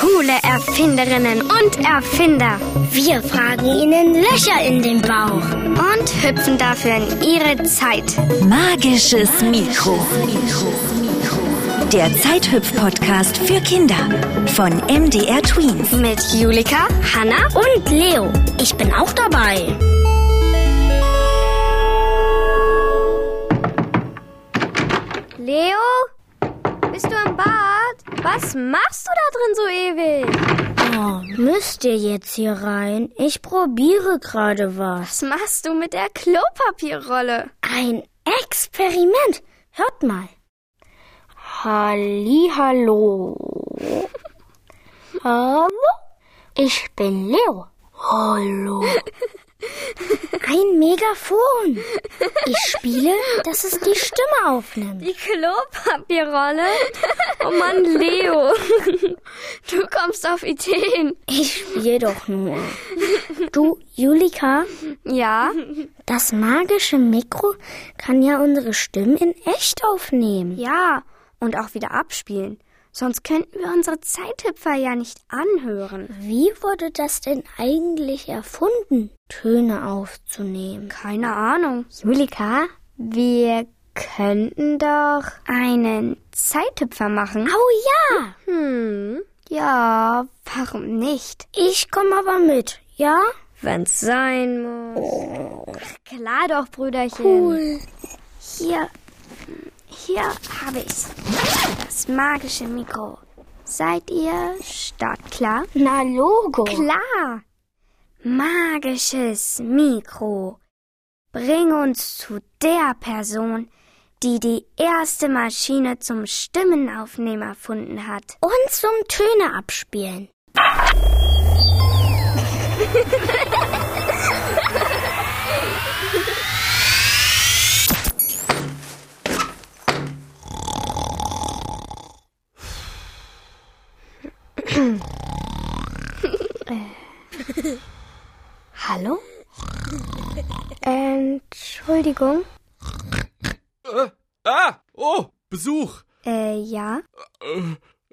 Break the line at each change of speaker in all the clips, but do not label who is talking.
Coole Erfinderinnen und Erfinder.
Wir fragen ihnen Löcher in den Bauch
und hüpfen dafür in ihre Zeit.
Magisches Mikro. Der Zeithüpf-Podcast für Kinder von MDR Tweens.
Mit Julika, Hanna
und Leo. Ich bin auch dabei.
Leo? Bist du im Bad? Was machst du da drin so ewig?
Oh, müsst ihr jetzt hier rein? Ich probiere gerade was.
Was machst du mit der Klopapierrolle?
Ein Experiment. Hört mal.
Halli, hallo. hallo? Ich bin Leo.
Hallo. Ein Megafon. Ich spiele, dass es die Stimme aufnimmt.
Die Klopapierrolle? Oh Mann, Leo. Du kommst auf Ideen.
Ich spiele doch nur. Du, Julika?
Ja?
Das magische Mikro kann ja unsere Stimmen in echt aufnehmen.
Ja, und auch wieder abspielen. Sonst könnten wir unsere Zeithüpfer ja nicht anhören.
Wie wurde das denn eigentlich erfunden, Töne aufzunehmen?
Keine Ahnung.
Julika, wir könnten doch einen Zeithüpfer machen.
Oh ja!
Hm, ja, warum nicht?
Ich komme aber mit, ja?
Wenn's sein muss. Oh.
Klar doch, Brüderchen.
Cool.
Hier, hier habe ich's. Das magische Mikro. Seid ihr startklar?
Na, Logo.
Klar. Magisches Mikro. Bring uns zu der Person, die die erste Maschine zum Stimmenaufnehmen erfunden hat.
Und zum Töne abspielen.
äh. Hallo?
Entschuldigung.
Äh, ah! Oh! Besuch!
Äh, ja?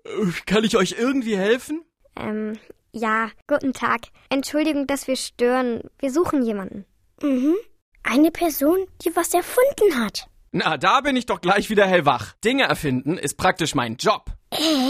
Äh, kann ich euch irgendwie helfen?
Ähm, ja, guten Tag. Entschuldigung, dass wir stören. Wir suchen jemanden.
Mhm. Eine Person, die was erfunden hat.
Na, da bin ich doch gleich wieder hellwach. Dinge erfinden ist praktisch mein Job.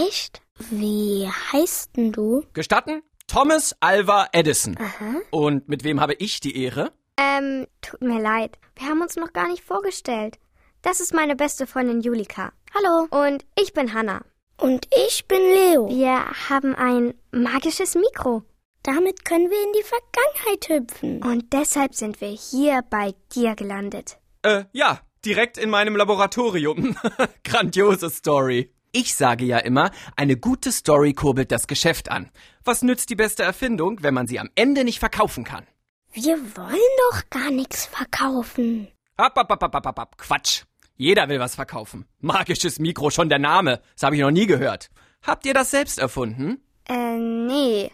Echt? Wie heißt denn du?
Gestatten? Thomas Alva Edison. Aha. Und mit wem habe ich die Ehre?
Ähm, tut mir leid. Wir haben uns noch gar nicht vorgestellt. Das ist meine beste Freundin Julika.
Hallo.
Und ich bin Hanna.
Und ich bin Leo.
Wir haben ein magisches Mikro.
Damit können wir in die Vergangenheit hüpfen.
Und deshalb sind wir hier bei dir gelandet.
Äh, ja, direkt in meinem Laboratorium. Grandiose Story. Ich sage ja immer, eine gute Story kurbelt das Geschäft an. Was nützt die beste Erfindung, wenn man sie am Ende nicht verkaufen kann?
Wir wollen doch gar nichts verkaufen.
Ab, ab, ab, ab, ab, ab, Quatsch. Jeder will was verkaufen. Magisches Mikro, schon der Name. Das habe ich noch nie gehört. Habt ihr das selbst erfunden?
Äh, nee.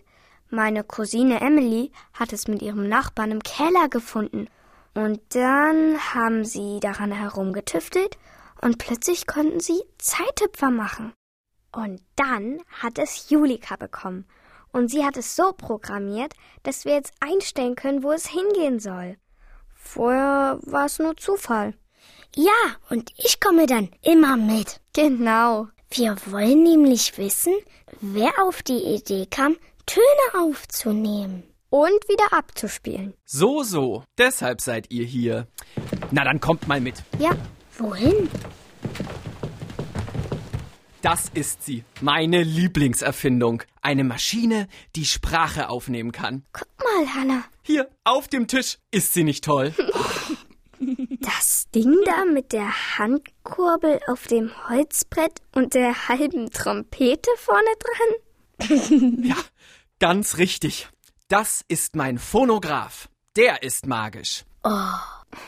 Meine Cousine Emily hat es mit ihrem Nachbarn im Keller gefunden. Und dann haben sie daran herumgetüftelt und plötzlich konnten sie Zeithüpfer machen. Und dann hat es Julika bekommen. Und sie hat es so programmiert, dass wir jetzt einstellen können, wo es hingehen soll. Vorher war es nur Zufall.
Ja, und ich komme dann immer mit.
Genau.
Wir wollen nämlich wissen, wer auf die Idee kam, Töne aufzunehmen.
Und wieder abzuspielen.
So, so. Deshalb seid ihr hier. Na, dann kommt mal mit.
Ja,
Wohin?
Das ist sie, meine Lieblingserfindung. Eine Maschine, die Sprache aufnehmen kann.
Guck mal, Hanna.
Hier, auf dem Tisch. Ist sie nicht toll?
Das Ding da mit der Handkurbel auf dem Holzbrett und der halben Trompete vorne
dran? ja, ganz richtig. Das ist mein Phonograph. Der ist magisch.
Oh.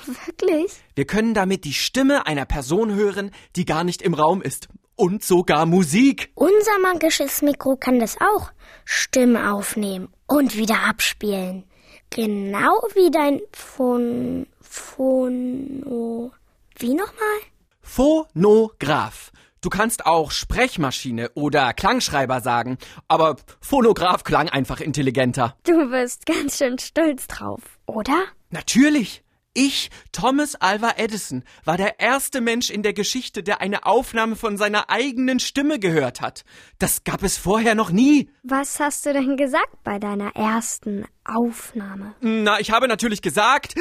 Wirklich?
Wir können damit die Stimme einer Person hören, die gar nicht im Raum ist. Und sogar Musik.
Unser magisches Mikro kann das auch. Stimme aufnehmen und wieder abspielen. Genau wie dein Phon... Phono... Wie nochmal?
Phonograph. Du kannst auch Sprechmaschine oder Klangschreiber sagen, aber Phonograph klang einfach intelligenter.
Du bist ganz schön stolz drauf, oder?
Natürlich. Ich, Thomas Alva Edison, war der erste Mensch in der Geschichte, der eine Aufnahme von seiner eigenen Stimme gehört hat. Das gab es vorher noch nie.
Was hast du denn gesagt bei deiner ersten Aufnahme?
Na, ich habe natürlich gesagt.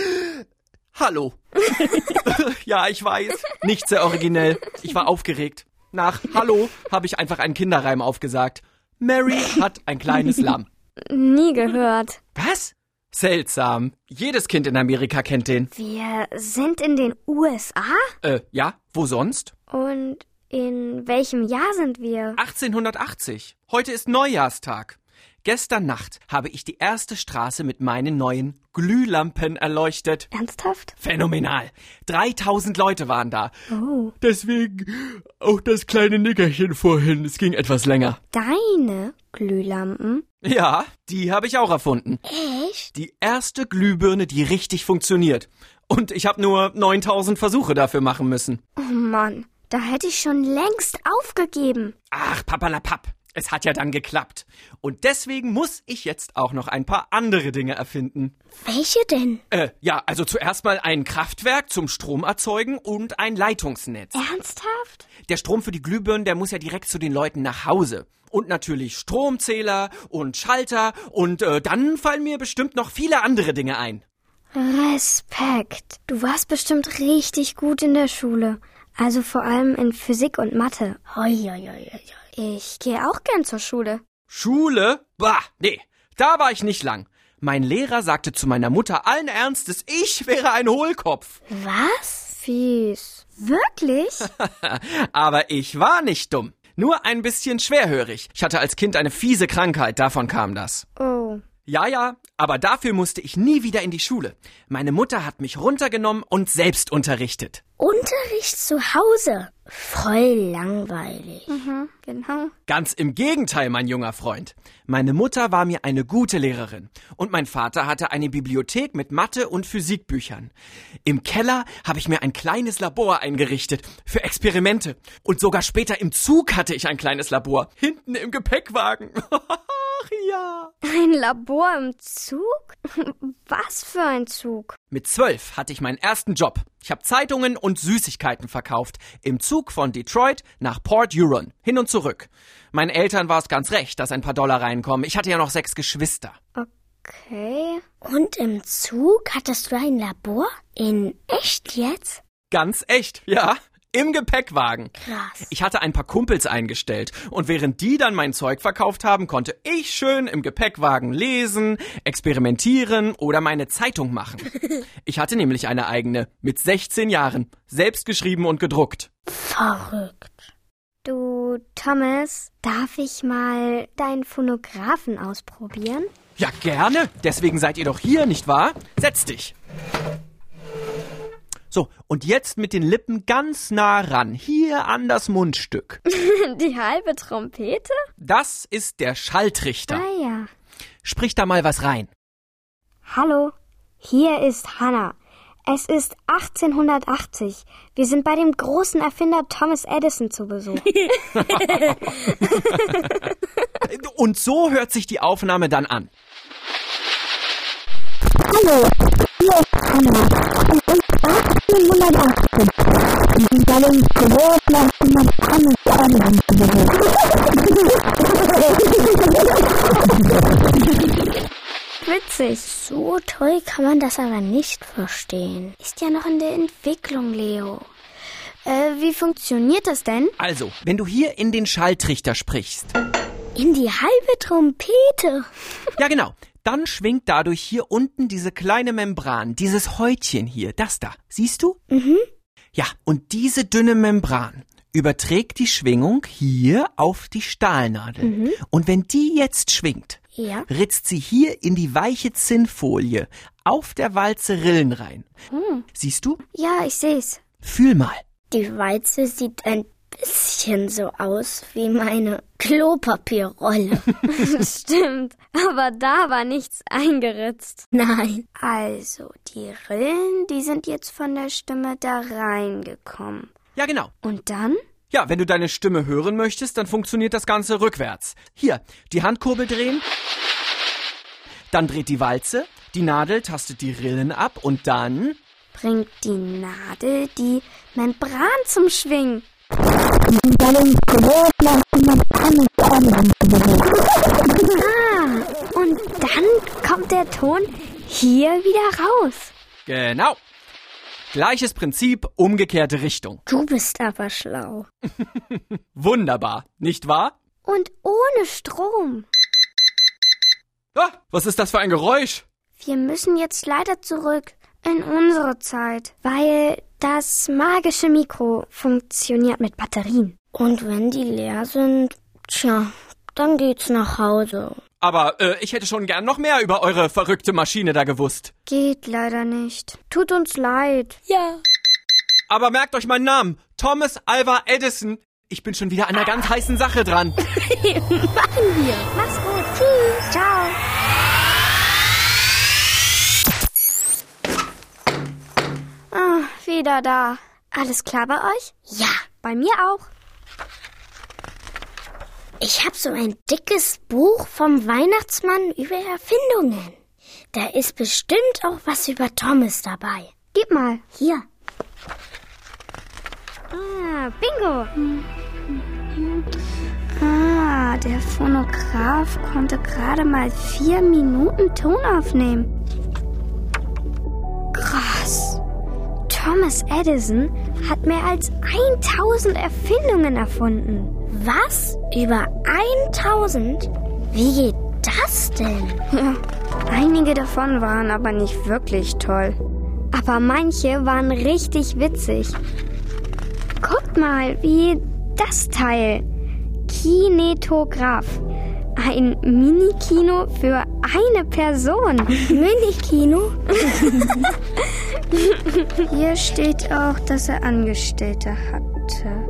Hallo. ja, ich weiß. Nicht sehr originell. Ich war aufgeregt. Nach Hallo habe ich einfach einen Kinderreim aufgesagt. Mary hat ein kleines Lamm.
Nie gehört.
Was? Seltsam. Jedes Kind in Amerika kennt den.
Wir sind in den USA?
Äh, ja, wo sonst?
Und in welchem Jahr sind wir?
1880. Heute ist Neujahrstag. Gestern Nacht habe ich die erste Straße mit meinen neuen Glühlampen erleuchtet.
Ernsthaft?
Phänomenal. 3000 Leute waren da. Oh. Deswegen auch das kleine Nickerchen vorhin. Es ging etwas länger.
Deine Glühlampen?
Ja, die habe ich auch erfunden.
Echt?
Die erste Glühbirne, die richtig funktioniert. Und ich habe nur 9000 Versuche dafür machen müssen.
Oh Mann, da hätte ich schon längst aufgegeben.
Ach, papperlapapp. Es hat ja dann geklappt. Und deswegen muss ich jetzt auch noch ein paar andere Dinge erfinden.
Welche denn?
Äh, ja, also zuerst mal ein Kraftwerk zum Strom erzeugen und ein Leitungsnetz.
Ernsthaft?
Der Strom für die Glühbirnen, der muss ja direkt zu den Leuten nach Hause. Und natürlich Stromzähler und Schalter und äh, dann fallen mir bestimmt noch viele andere Dinge ein.
Respekt. Du warst bestimmt richtig gut in der Schule. Also vor allem in Physik und Mathe.
Hoi, hoi, hoi, hoi.
Ich gehe auch gern zur Schule.
Schule? Bah, nee, da war ich nicht lang. Mein Lehrer sagte zu meiner Mutter allen Ernstes, ich wäre ein Hohlkopf.
Was? Fies. Wirklich?
Aber ich war nicht dumm. Nur ein bisschen schwerhörig. Ich hatte als Kind eine fiese Krankheit, davon kam das.
Oh.
Ja, ja, aber dafür musste ich nie wieder in die Schule. Meine Mutter hat mich runtergenommen und selbst unterrichtet.
Unterricht zu Hause. Voll langweilig.
Mhm, genau.
Ganz im Gegenteil, mein junger Freund. Meine Mutter war mir eine gute Lehrerin und mein Vater hatte eine Bibliothek mit Mathe- und Physikbüchern. Im Keller habe ich mir ein kleines Labor eingerichtet für Experimente und sogar später im Zug hatte ich ein kleines Labor hinten im Gepäckwagen. Ach ja.
Ein Labor im Zug? Was für ein Zug?
Mit zwölf hatte ich meinen ersten Job. Ich habe Zeitungen und Süßigkeiten verkauft. Im Zug von Detroit nach Port Huron. Hin und zurück. Meinen Eltern war es ganz recht, dass ein paar Dollar reinkommen. Ich hatte ja noch sechs Geschwister.
Okay.
Und im Zug hattest du ein Labor? In echt jetzt?
Ganz echt, ja. Im Gepäckwagen.
Krass.
Ich hatte ein paar Kumpels eingestellt und während die dann mein Zeug verkauft haben, konnte ich schön im Gepäckwagen lesen, experimentieren oder meine Zeitung machen. Ich hatte nämlich eine eigene mit 16 Jahren, selbst geschrieben und gedruckt.
Verrückt.
Du, Thomas, darf ich mal deinen Phonographen ausprobieren?
Ja, gerne. Deswegen seid ihr doch hier, nicht wahr? Setz dich. So, und jetzt mit den Lippen ganz nah ran, hier an das Mundstück.
Die halbe Trompete?
Das ist der Schalltrichter.
Ah ja.
Sprich da mal was rein.
Hallo, hier ist Hannah. Es ist 1880. Wir sind bei dem großen Erfinder Thomas Edison zu Besuch.
Und so hört sich die Aufnahme dann an.
Hallo, hier ist Hannah. Es ist 1818. Wir sind bei dem großen Erfinder Thomas Edison zu
Witzig.
So toll kann man das aber nicht verstehen.
Ist ja noch in der Entwicklung, Leo. Äh, wie funktioniert das denn?
Also, wenn du hier in den Schalltrichter sprichst,
In die halbe Trompete.
ja genau, dann schwingt dadurch hier unten diese kleine Membran, dieses Häutchen hier, das da. Siehst du?
Mhm.
Ja, und diese dünne Membran überträgt die Schwingung hier auf die Stahlnadel. Und wenn die jetzt schwingt,
Mhm. Ja.
ritzt sie hier in die weiche Zinnfolie auf der Walze Rillen rein.
Mhm.
Siehst du?
Ja, ich seh's.
Fühl mal.
Die Walze sieht ein bisschen so aus wie meine Klopapierrolle.
Stimmt. Aber da war nichts eingeritzt.
Nein.
Also, die Rillen, die sind jetzt von der Stimme da reingekommen.
Ja, genau.
Und dann?
Ja, wenn du deine Stimme hören möchtest, dann funktioniert das Ganze rückwärts. Hier, die Handkurbel drehen. Dann dreht die Walze, die Nadel tastet die Rillen ab und dann
Bringt die Nadel die Membran zum Schwingen. Ah,
Dalej kurowna ma panny panny.
Und dann kommt der Ton hier wieder raus.
genau. Gleiches Prinzip, umgekehrte Richtung.
Du bist aber schlau.
Wunderbar, nicht wahr?
Und ohne Strom.
Ah, was ist das für ein Geräusch?
Wir müssen jetzt leider zurück in unsere Zeit, weil das magische Mikro funktioniert mit Batterien.
Und wenn die leer sind, tja, dann geht's nach Hause.
Aber äh, ich hätte schon gern noch mehr über eure verrückte Maschine da gewusst.
Geht leider nicht. Tut uns leid.
Aber merkt euch meinen Namen. Thomas Alva Edison. Ich bin schon wieder an einer ganz heißen Sache dran.
Mach's gut. Tschüss. Ciao. Ah, wieder da. Alles klar bei euch?
Ja,
Bei mir auch.
ich habe so ein dickes Buch vom Weihnachtsmann über Erfindungen. Da ist bestimmt auch was über Thomas dabei.
Gib mal.
Hier,
Ah, bingo. Ah, der Phonograph konnte gerade mal vier Minuten Ton aufnehmen. Krass. Thomas Edison hat mehr als 1000 Erfindungen erfunden.
was? Über 1000? Wie geht das denn?
Einige davon waren aber nicht wirklich toll. Aber manche waren richtig witzig. Guckt mal, wie das Teil. Kinetograph. Ein Minikino für eine Person. Minikino? Hier steht auch, dass er Angestellte hatte.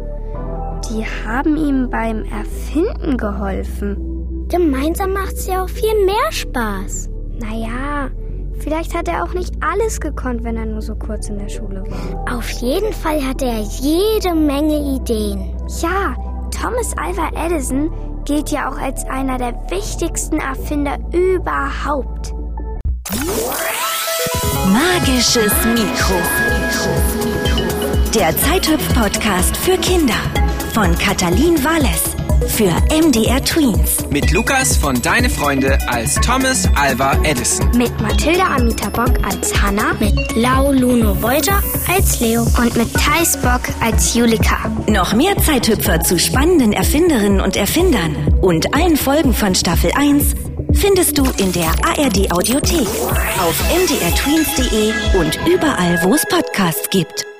Die haben ihm beim Erfinden geholfen.
Gemeinsam macht's ja auch viel mehr Spaß.
Naja, vielleicht hat er auch nicht alles gekonnt, wenn er nur so kurz in der Schule war.
Auf jeden Fall hat er jede Menge Ideen.
Ja, Thomas Alva Edison gilt ja auch als einer der wichtigsten Erfinder überhaupt.
Magisches Mikro. Der Zeithüpf-Podcast für Kinder von Katalin Walles für MDR Tweens.
Mit Lukas von Deine Freunde als Thomas Alva Edison.
Mit Mathilda Amitabock als Hannah
Mit Lau Luno Wolter als Leo.
und mit Thais Bock als Julika.
Noch mehr Zeithüpfer zu spannenden Erfinderinnen und Erfindern und allen Folgen von Staffel 1 findest du in der E ARD Audiothek auf mdrtweens.de und überall, wo es Podcasts gibt.